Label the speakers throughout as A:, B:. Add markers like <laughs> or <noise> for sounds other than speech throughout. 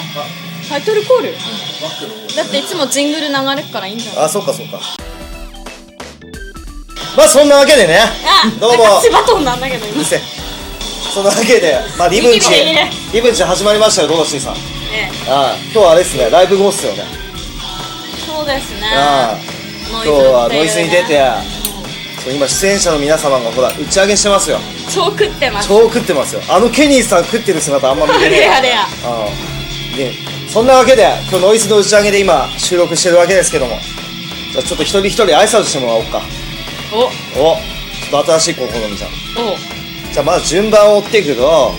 A: えタイトルコールだっていつもジングル流れっからいいんじゃない
B: あそっかそっかまあそんなわけでね
A: あ
B: どうも
A: なんかバトンなんだけど
B: う
A: 今
B: るせえそんなわけで、まあ、リブンチ
A: 見て見て見
B: リブンチ始まりましたよどうだしんさん
A: ね
B: ああ今日はあれですねライブ後っすよね
A: そうですね
B: ああ今
A: ノイ
B: 日
A: ズっていうね
B: はノイズに出てそう今出演者の皆様がほら打ち上げしてますよ
A: 超食ってます
B: 超食ってますよあのケニーさん食ってる <laughs> 姿あんま見てねえ
A: レアレア
B: ああでそんなわけで今日ノイズの打ち上げで今収録してるわけですけどもじゃあちょっと一人一人挨拶してもらおうか
A: お
B: おちょっと新しい試みじゃん
A: お
B: じゃあまず順番を追っていくけど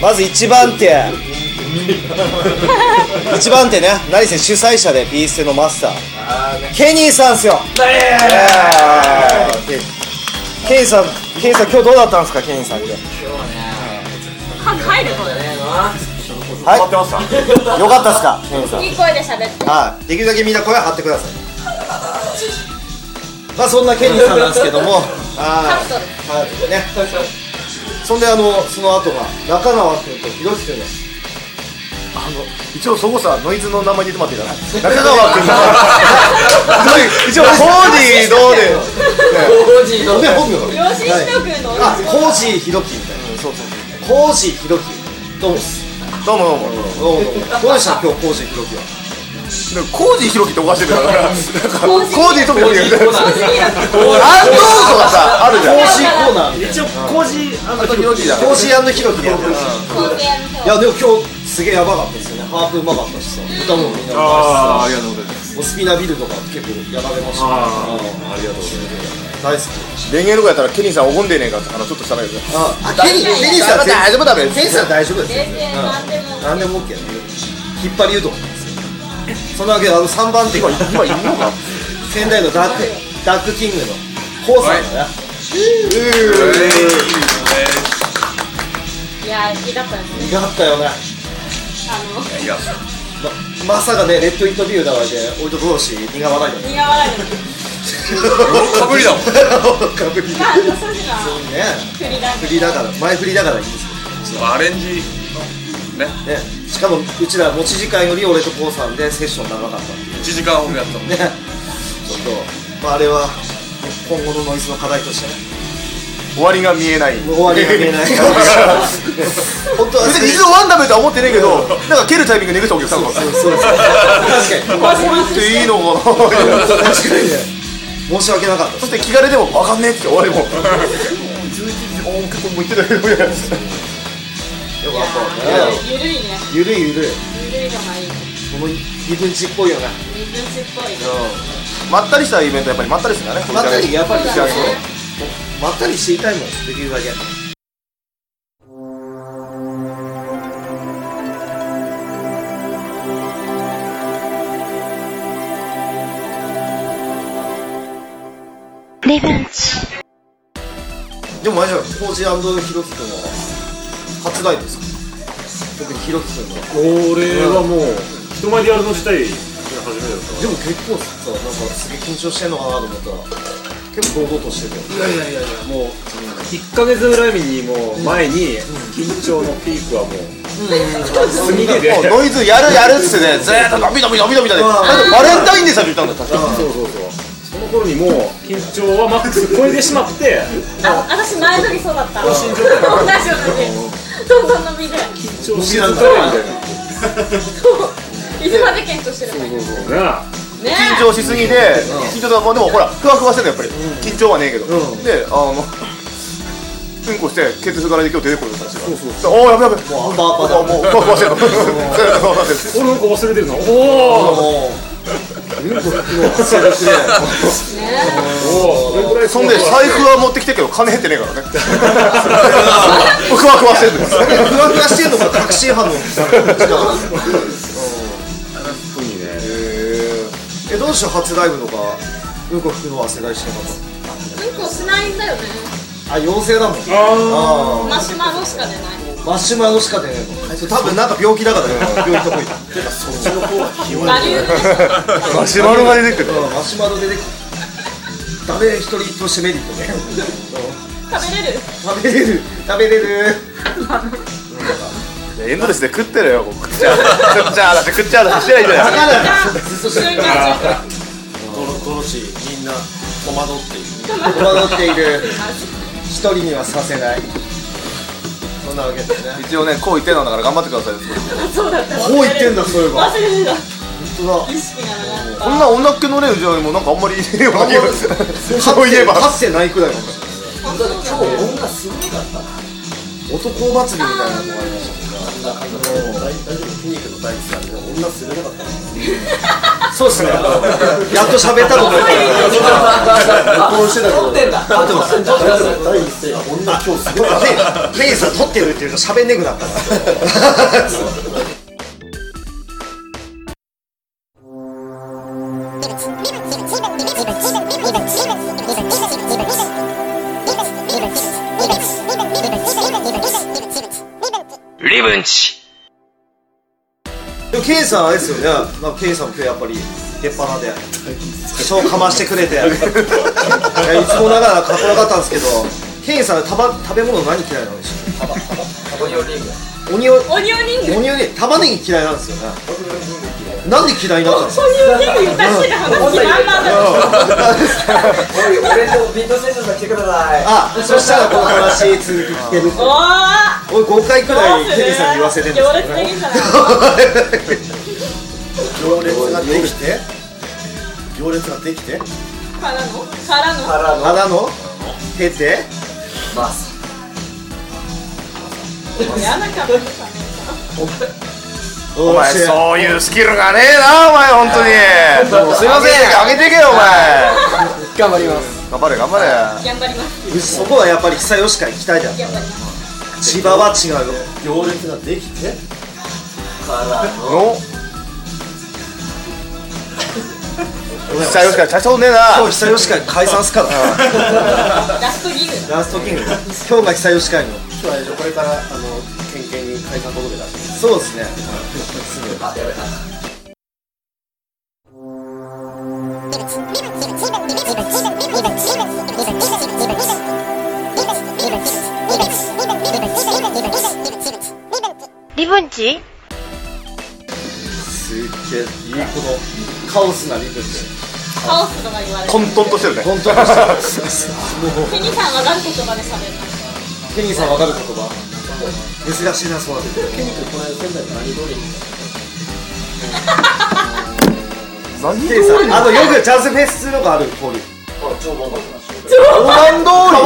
B: まず一番
C: <laughs>
B: 手一番手ね何せ主催者でピーステのマスター
C: あーね
B: ケニーさんっすよ
C: イエーイ
B: ケニーさんケニーさん今日どうだったんですかケニーさん今
C: 今
B: 日
C: 日はね
A: 歯入るこれ
C: ねえな
B: はいよかったっすかケニーさん
A: いい声で喋って
B: はい、できるだけみんな声張ってください。まあそんなケニーさんなんですけども、
A: カッ
B: は
A: トで
B: い、はい、ね。そんであのその後が中川君と広瀬君です。
D: あの一応そこさノイズの名前出てもらっていいかな
B: <laughs>
D: 中川君の <laughs> 一応ホーディーどうで
C: 王子
B: ご
C: の
B: めん本名
A: 両親しとくの
B: あ、コージーひろきみたいな。そうそうそう。コージーひろき。どうもっす。
D: どうもどうも
B: どうもどうもどうでした今日コージーひろきは。
D: でもコージーひろきっておかしいんだからなんかコ
A: コージー
D: ージーとか言ってるアンドールと
A: コージー
D: かさあるじゃん
B: コージーコーナー。
C: 一応工事あの
D: ひろきだ
B: コージーひろきでやってました。
A: 工事屋の人
B: いやでも今日すげえやばかったですよねハープうまかったしさ歌もみんなう
D: あ
B: ま
D: ああ
B: い
D: り
B: し
D: がとうございます
B: さオスピナビルとか結構やられましたねあ
D: あ
B: りがとうございます大好き
D: 電源とかやったらケニーさん怒んでねえかって話ちょっとしたんだけど
B: あケニーケニーさん
D: ダメ大丈夫ダメ
B: ケニーさん大丈夫ですよ
A: 全然何でも
B: 何でも OK ね引っ張りうどんそんなわけであの3番手が
D: 今いるのか
B: 仙台のダークダークキングのコウさんだね
A: いやーいいだったですね
B: 意外だったよね
A: あの
D: いや
B: ままさかねレッドイットビューだわけで俺と同士苦笑いだね
A: 苦笑い
D: かぶりだもん
B: かぶりね
A: まあの筋は振りだ
B: 振りだから <laughs> 前振りだからいいんですよ
D: アレンジね
B: ね、しかもうちら持ち時間より俺とこうさんでセッション長かったん
D: 1時間ほどやったもん
B: でねちょっと、まあ、あれは今後のノイズの課題としてね
D: 終わりが見えない
B: 終わりが見えない <laughs> 本当は
D: 別に一度ワンダメとは思ってねえけどなんか蹴るタイミングで出てたお客さんが
B: そう <laughs> そうそう確かに
D: っていいのかな
B: 確かにね申し訳なかったです
D: そして気がれでも分かんねえって終わりも11時おお結構もう言ってたよ
B: よかったわね
A: ゆるいね
B: ゆるいゆるい
A: ゆるいのがいい
B: この身分値っぽいよね
A: 身分値っぽい
D: まったりしたイベントやっぱりまったりするんだね
B: まったりやっぱり
A: そうだね
B: まったりしていたいもんできるだけ
E: リベンジ。
B: でもあれじゃんコージひろき君は初代ですか特にひろき君は
F: 俺はもう人前でやるの自体が初めてだったか
B: でも結構さなんかすげえ緊張してんのかなと思ったら結構堂々としてて
F: らいやいやいやもう1ヶ月ぐらいにもう前に緊張のピークはもう過ぎてて
D: もうノイズやるやるっつってねずーっと伸び伸び伸び伸びだね
B: うん
D: だってバレンタインデーさんって言ったんだよ確か
F: そうそうそうその頃にもう緊張はマックス超えてしまって
A: あ私前の時そうだった同じ
F: 身
A: 同
F: 長
A: じどんどん伸びる
F: 緊張しずかれみたいな
A: そういつまで検討してるのね
F: そうが
D: 緊張しすぎで緊張とかでもほらふわふわしてんだよやっぱり緊張はねえけど
B: ん
D: であのうんこしてケツ拭かれで今日出てこる人たちがおおやべやべ
B: もうアンバーパーだ
D: もうふわふわしてるずーっとふわふわしてる <laughs>
F: 俺なんか忘れてるのおー
B: もううんこ吹くの忘れて
F: おーそれぐらい
D: そんで財布は持ってきてるけど金減ってねえからねふわふわしてるんです
B: ふわふわしてんのかタクシー班のおじさん
F: 特にね
B: えどうしよう初ライブとかうんこ吹くの忘れたりしてな
A: うんこしないんだよね
B: かったあ妖精だもん
F: あ
B: あ
A: マシュマロしか出ない
B: あマシュマロしか出ないの多分なんか病気だからね病気得意
A: バリュー
D: マシュマロが出てくる
B: うんマシュマロ出てくる誰一人としてメリットね
A: 食べれる
B: 食べれる食べれる
D: エンドレスで食ってるよこう食っちゃう食っちゃうだって食っちゃうだってしてないじゃない
B: だか
C: ずっとしてるからこのこのシーンみんな戸惑っている
B: ら戸惑っている一人にはさせないそんなわけだよね
D: 一応ねこう言ってんのだから頑張ってくださいです
A: そうだった
B: こう言ってんだそういえば
A: 忘れてた意
B: 本
A: 識がなかった
D: こんな女っ気のねうちよりもなんかあんまりいねえような気がする
B: 当だ
D: そういえば
B: かつてないくだよ
C: だって今日音がすごかった
B: 男祭りみたいなのがありまし
C: なんか大大丈夫筋肉の大地さんで女すべなかった
B: たそうですねやっと喋ったのと思
C: 録音してたけどってんだ撮ってます第一声女今日すごかった
B: レイさん撮ってるって言うと喋んねくなったからでもケイさんあれですよねなんかケイさんも今日やっぱり出っ放でそうかましてくれ <laughs> ていやいつもながらかっこよかったんですけどケイさんたば食べ物何嫌いなんでしょうオニオ
A: オニオンリング
B: オニオね玉ねぎ嫌いなんですよねなんで嫌いになったんです
A: そういうリングに出してる話があんまだ
B: か
G: 俺とビートステーションさん来てください。
B: あそしたらこの話続き聞ける
A: おー
B: 俺5回くらいケイさんに言わせてるんです
A: 行
B: け
A: 列
B: ど
A: できたな
B: ね行列ができて行列ができて
A: からのからの
G: からの
B: 花の出て
G: マス。
A: やなかったか
D: お前
B: 教え
D: そういうスキルがねえなお前本当にもうすいませんあげてけよお前
B: 頑張ります
D: 頑張れ頑張れ
A: 頑張ります
B: そこはやっぱり久吉から行きたいだよ
A: 頑張ります
B: 千葉は違うよ
C: 行列ができて
G: からの。
D: の久々から大したことねえ
B: 今
D: な
B: 日久吉会解散すから
A: ラストギグ
B: ラストキ
C: <laughs>
B: ング今日が久吉会の
C: 今日はねこれからあの県警に解散届出して
B: そうですね
E: リボンチ
B: すっげえいいこのカオスなリプで
A: カオスとか言われる
D: 混沌としてるね
B: 本当 <laughs> にもう
A: ケニーさんわかる言葉で喋る
B: ケニーさんわかる言葉珍しいなそうなってケニー
D: 何
B: ケニーさんあのよくジャズフェスとかある通り
D: オランドーリ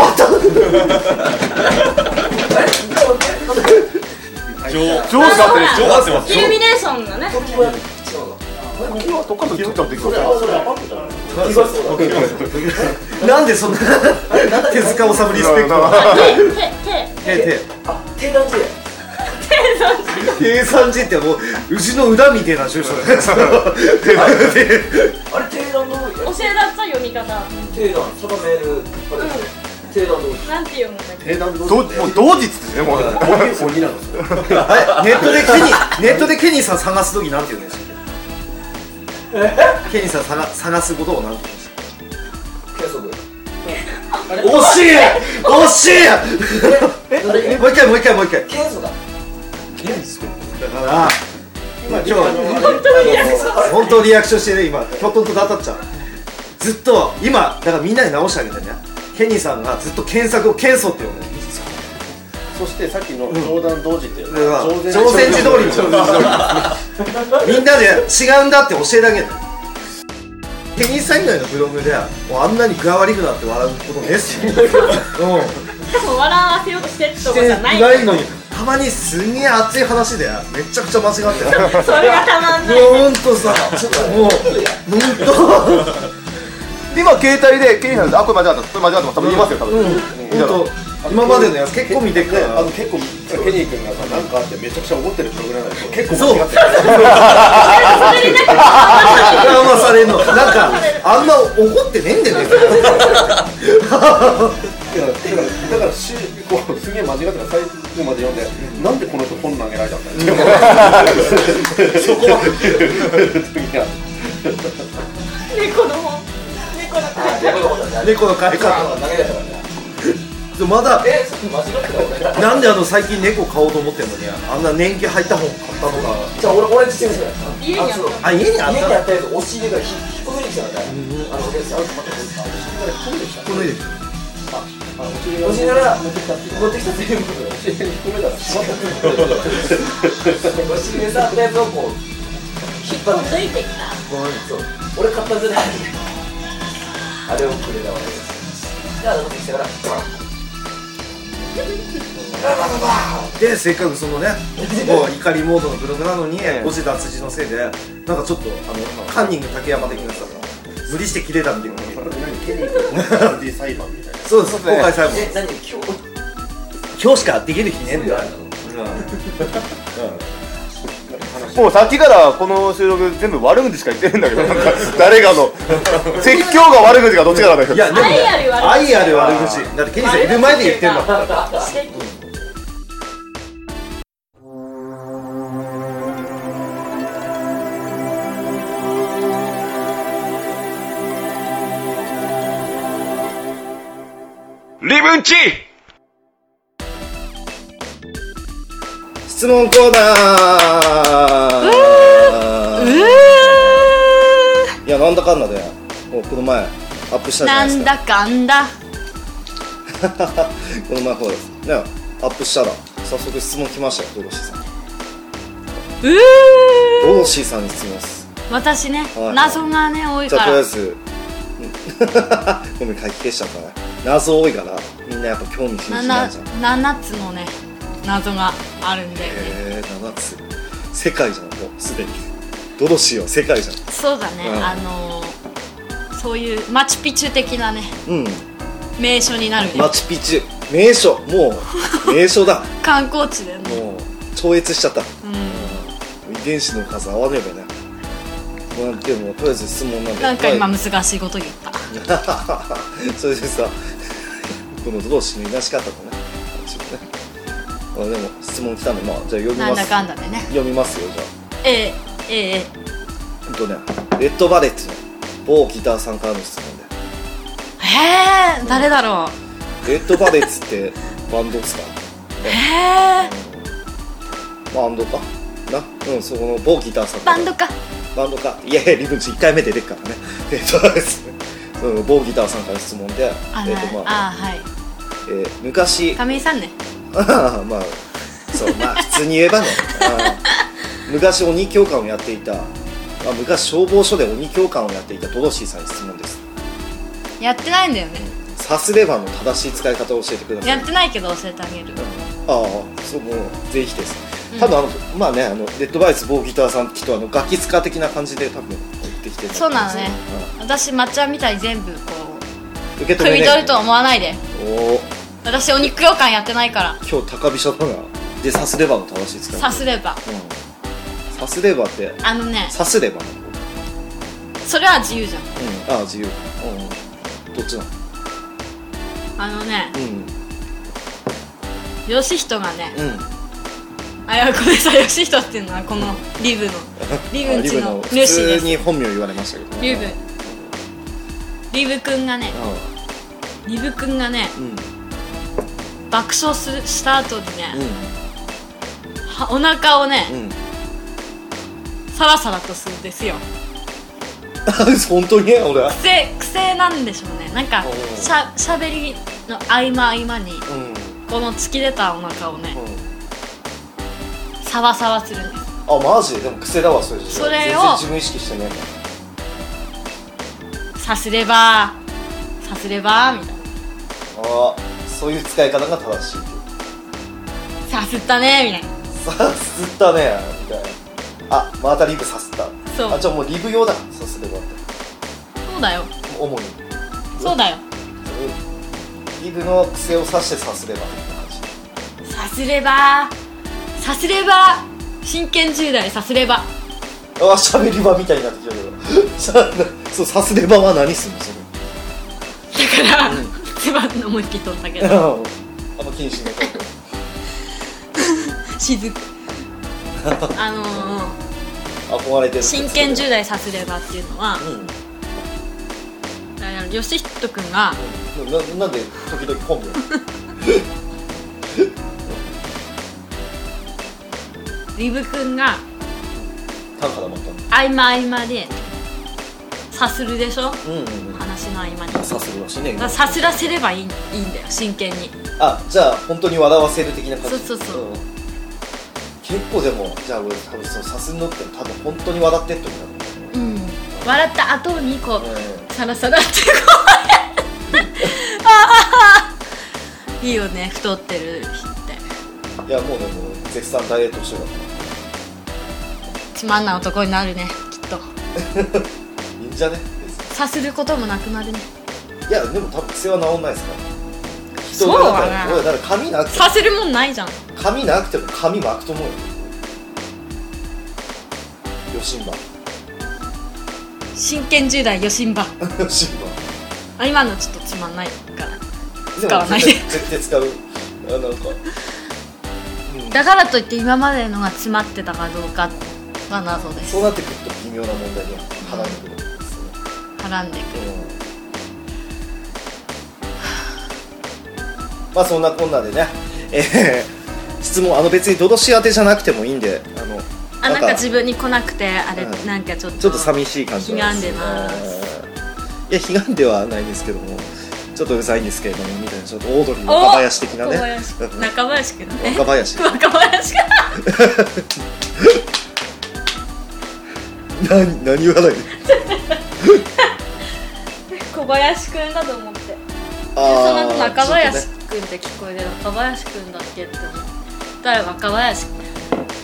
D: 上手だってね上手だってます
A: イルミネーションのね
D: どっかの切っちゃってくる
B: なんでそんな手塚治虫リスペクト
A: 手手
B: ええ
G: 低段地。
B: 計算人ってもう牛の裏みたいな住所だよ
G: あれ低段の
A: 手教えだった読み方
G: 低段。そのメール。これ低段の。
A: なんて読むんだっけ
C: 平壇の
D: どもう同日ですねもう
C: 鬼なの
B: あれネットでケニーネットでケニーさん探す時なんて言うんでしたっけケニーさん探探すことをなんて言うんでしたっ
G: 計測。
B: け惜しい惜しいもう一回もう一回もう一回
G: 計測だ。
B: だから今今日本当にリアクションしてね今きょとんと当たっちゃうずっと今だからみんなに直してあげてねケニーさんがずっと検索をケンソって呼んでる
C: そしてさっきの上段同時っていう
B: うん
C: 上
B: 朝鮮時通りみんなで違うんだって教えてあげるテニスさん以外のブログでもうあんなに具合悪くなって笑うことねえっすよ、うん、
A: しかも笑わせようとしてると
B: し
A: か
B: て
A: じゃない
B: ないのにたまにすんげえ熱い話でめちゃくちゃ間違ってる
A: それがたまんない
B: ほんとさもうほんと
D: 今携帯でケイさんであこれ間違ったこれ間違ってます多分言いますよ多分見たら
B: ほんと今までのやつ結構見てくから
C: あの結構ケニー君がさなんかあってめちゃくちゃ怒ってるプログラムだけど結構
B: そう
C: 間違ってる
A: それになんか
B: 騙されんのなんかあんま怒ってねえんだよね
C: いやだからだからしこうすげえ間違ってたから最後まで読んで、なんでこの人本投げられたんだよ、そこはいや
A: 猫の本猫の本
G: 猫のことだ。
B: 猫の飼い方
G: 投げられたからね。
D: でもまだ
G: えそれ間違ってた俺
D: なんであの最近猫買おうと思ってんのにあんな年季入った本買ったのか
G: じゃあ俺俺自身じゃない
A: 家にあった
D: あ家にあ
G: そう
D: った
G: 家に
D: ら
G: あったやつ押し入れがひ引っこ抜いてきたからねあのお客さんあの待っ
D: この家
G: てこいつあの引っこ抜いてきた押し入れが持ってきた持ってきた全部押し入れに引っこ抜いたらしま <laughs> った押し入れさあったやつをこう引っ張って
A: いてきた
G: そう俺買ったんじゃないあれをくれたわけですであの持ってきたからバンバンバンバン
D: でせっかくそ
H: <laughs>
D: のねもう怒りモードのブログなのに落ちた辻のせいでなんかちょっとあのカンニング竹山的なさ無理して切れたっていうのが
H: ケニーとボディ裁判みたいな
D: そうです今回最後
G: え何今日
D: 今日しかできる日ねえんだよ
B: もうさっきからこの収録全部悪口しか言ってるんだけど <laughs> なんか誰がの説教が悪口かどっちかなんだけ
D: い
B: ど
D: やでもね
A: 愛ある悪口
D: 愛ある悪口だってケニーさんいる前で言ってんだもん
A: 指摘
B: 質問コーナーいやなんだかんだでもうこの前アップしたじゃな
A: <laughs> ない
B: です
A: ん
B: か
A: だかんだ
B: この前ほらねアップしたら早速質問来ましたよドロシーさん
A: うー
B: ドロシーさんに質問です
A: 私ね
B: はい
A: 謎がね多い
B: じゃ
A: か
B: あとりあえ
A: ら
B: ずうん <laughs> ごめん書き消しちゃったね謎多いからみんなやっぱ興味津々なんじゃん
A: 七つのね謎があるんだよね
B: えー、7つ世界じゃんもうすでにドロシーは世界じゃん
A: そうだね、
B: うん
A: あのーそういうマチュピチュ的なね
B: うん
A: 名所になるね
B: マチュピチュ名所もう名所
A: <laughs>
B: だ
A: 観光地でね、
B: もう超越しちゃった
A: う
B: 遺伝子の数合わねえばねまあでもとりあえず質問なん
A: ん、
B: で
A: なんか今
B: はい
A: 難しいこと言った
B: <laughs> それでさこの同士のいなし方とねちょっとねまあでも質問来たんでまあじゃあ読み
A: な
B: ま
A: んだ
B: す
A: かんだでね
B: 読みますよじゃあ
A: ええええ
B: ほんとねレッドバレットの某ギターさんからの質問で
A: へえ誰だろ
B: レッドバレッツってバンドですか
A: うへえ
B: バンドかなうんそこの某ギターさんか
A: バ
B: ら
A: ンドか
B: バンドかいやいやリブンチ1回目で出てっからね <laughs> えっとですねその某ギターさんから質問で
A: あ、
B: え
A: な
B: っとまあ
A: あはい
B: えー昔
A: 亀井さんね
B: ああ <laughs> まあそうまあ <laughs> 普通に言えばねああ昔鬼教官をやっていた、まあ、昔消防署で鬼教官をやっていたドロシーさんに質問です
A: やってないんだよね
B: サスレバーの正しい使い方を教えてください
A: やってないけど教えてあげる
B: ああそうもうぜひです
A: うん
B: 多分あの、まあねあのレッドバイス某ギターさんきっとあの楽器使的な感じで多分持ってきてる
A: そうなのね
B: う
A: 私抹茶みたいに全部こ
B: ん受け
A: う
B: 止め
A: 汲
B: ね
A: み取るとは思わないで
B: おお
A: 私お肉羊羹やってないから
B: 今日高飛車だなでサスレバーの正しい使い方
A: さすれば
B: うんサスレバーって
A: あのね
B: サスレバーの
A: それは自由じゃん
B: うんああ自由うんどっちなの
A: あのね
B: うん
A: 義人がね
B: うん
A: あやこれさ義人っていうのはこのリ <laughs> ブのリブ
B: あ
A: んちの
B: 普
A: 主で
B: 通
A: す
B: に本名言われましたけど
A: リブリブくんがねリブくんがね
B: うんうん
A: 爆笑するした後に
B: う
A: ね、
B: ん
A: はお腹をね
B: うん
A: サラサラとするんですよ
B: あ <laughs> 本当に俺うん
A: 癖癖なんでしょうねなんか
B: お
A: しゃしゃべりの合間合間に
B: うん
A: この突き出たお腹をねサワサワするんです
B: あマジでも癖だわそれ
A: それを
B: 全然自分意識してね
A: さすればさすればみたいな
B: ああそういう使い方が正しいっていう
A: さ
B: <laughs>
A: すったねみたいな
B: さすったねみたいなあまたリブさすった
A: そう
B: あじゃあもうリブ用ださすればって
A: そうだよ
B: 主に
A: そうだよ
B: リブの癖を指してさすればって感じ
A: さすればさすれば真剣10代さすれば
B: あしゃべり場みたいになってきたけど <laughs> しゃなそうさすればは何すんのそれ
A: だから、一番の思いっきり取ったけど
B: <laughs> ああんま気にしない
A: 雫あのー
B: 憧れてる
A: 真剣10代さすればっていうのは
B: うん
A: あの義人君が
B: ななんで時々本名
A: リブくんが
I: 短歌だまた
A: 合間合間でさするでしょ
B: うんうんうん
A: 話の合間に
B: さすりましね
A: だからさすらせればいいいいんだよ真剣に
B: あじゃあ本当に笑わせる的な感じ
A: そうそうそうん
B: 結構でもじゃあ俺多分そのさすのって多分本当に笑ってってことだもんね
A: うん笑った後にこう
B: う
A: サラサラってこうああいいよね太ってる日って
B: んいやもうでも絶賛ダイエットしてるか
A: つまんない男になるねきっと
B: らいいんじゃね別に
A: さすることもなくなるね
B: いやでも多分癖は治んないですから
A: そうは
B: 人俺
A: な
B: だから髪なくても
A: させるもんないじゃん
B: 髪なくても髪巻くと思うよよしんば <laughs>
A: 真剣10代よしんば
B: よしんば
A: あ今のちょっとつまんないから
B: でも
A: 使わないで
B: 絶対絶対使うあなんか
A: だからといって今までのが詰まってたかどうかが謎で
B: そうなってくると微妙な問題には絡んでくるんですね
A: 絡んでくる
B: まあそんなこんなでね、えー質問あの別にどどし当てじゃなくてもいいんであの
A: あなんか自分に来なくてあれ、
B: うん
A: なんかちょっと
B: ちょっと寂しい感じは
A: 悲願でます
B: えーいや悲願ではないんですけどもちょっとうざいんですけれどもみたいなちょっとオードリーの若林的な
A: お
B: ね
A: 若林中林くんね
B: <laughs> 若林
A: 若林くん
B: 何何言わ
A: <laughs>
B: ない
A: 小林くんだと思ってその
B: あ
A: 後
B: ー
A: 中林
B: ちょっ
A: くんって聞こえて中林くんだっけって思ったら若林く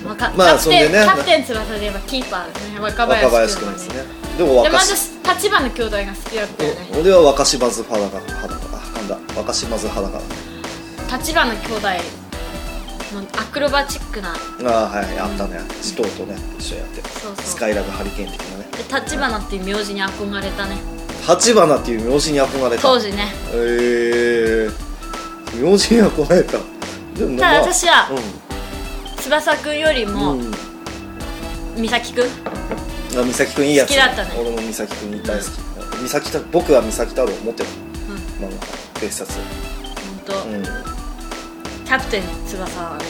A: んわか
B: ま
A: キャ
B: あ
A: プテン
B: そんでね
A: キャプテン翼で言えばキーパーですね若
B: とね若
A: 林
B: 林
A: くん
B: 君
A: は
B: です
A: ね
B: ねでも
A: でも
B: 若し
A: 私立花兄弟が好きだったよね
B: お俺は若島津肌が肌があなんだ若島津肌が
A: 立花兄弟のアクロバチックな
B: ああはいあったね地頭とね一緒にやって
A: そう
B: ス
A: そう
B: カイラブハリケーン的なね
A: で立花っていう名字に憧れたね
B: 立花っていう名字に憧れた
A: 当時ね
B: ええー、名字に憧れたでも
A: ただ私は
B: う
A: 翼くんよりも、
B: ん、うん、
A: 美咲くん
B: あ美咲くんいいやつ
A: 好きだったね
B: 俺も美咲くん大好き美咲た僕は美咲太郎持ってる
A: うん
B: 漫画別冊
A: 本当、
B: うん、うん、そう
A: キャプテン翼はね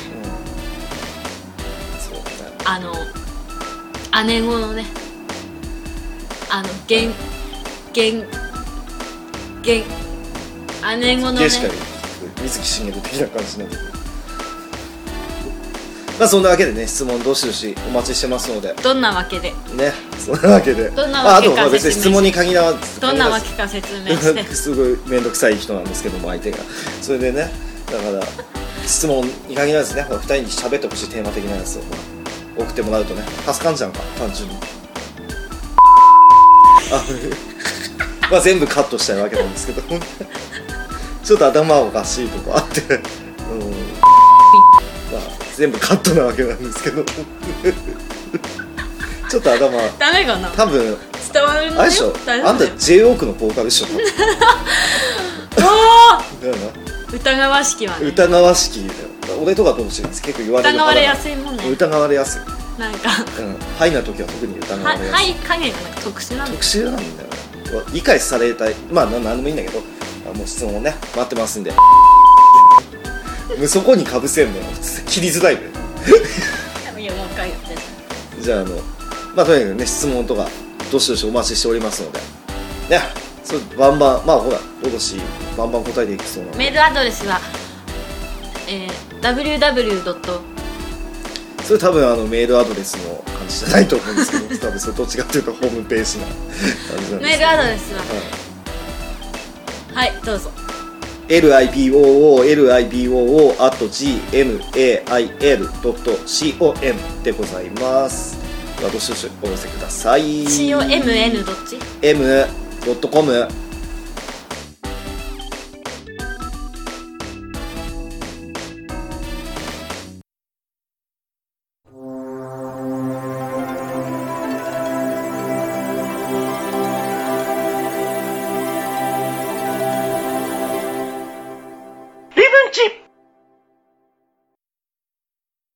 B: だね
A: あの姉子のねあの原原原姉子のね
B: ゲシカより水木しげる的な感じなんだけどまあそんなわけでね質問どしどしお待ちしてますので
A: どんなわけで
B: ねそんなわけで
A: どんなわけか
B: ああとまあ別に質問に限らず
A: どんなわけか説明して
B: <laughs> すごい面倒くさい人なんですけども相手がそれでねだから質問に限らずねほら二人に喋ってほしいテーマ的なやつをほら送ってもらうとね助かんじゃんか単純にあまあ全部カットしたいわけなんですけどちょっと頭おかしいとこあってうんまあ全部カットなわけなんですけどちょっと頭
A: ダメかな
B: 多分
A: 伝わる
B: あ
A: の
B: れでしょ
A: 大丈夫
B: あんた J オークのボーカルでしょ多分
A: お
B: だよな
A: ー疑わしきはね
B: 疑わしきだよ俺とかどうしてるんです結構言われる
A: 疑われやす
B: い
A: いもんね
B: 疑われやすい、
A: なんか
B: うん、ハイな時は特に疑わ
A: は
B: れやすい、
A: はい加減がなんか特殊なの
B: 特殊なんだよな理解されたいまあななんでもいいんだけどあもう質問をね待ってますんで <laughs> もうそこにかぶせんのよ切りづらいのよ
A: いやもう一回言って
B: じゃああのまあとにかくね質問とかどしどしお待ちしておりますのでねそれバンバンまあほら脅しバンバン答えていきそうなんで
A: メールアドレスは、えー、www.
B: それ多分あのメールアドレスの感じじゃないと思うんですけど多分それどっちかっていうとホームページな感じなんですけど
A: メールアドレスは
B: はい
A: はいどうぞ
B: libooliboo.gmail.com でございますではどしどしお寄せください
A: COMN どっち
B: m.com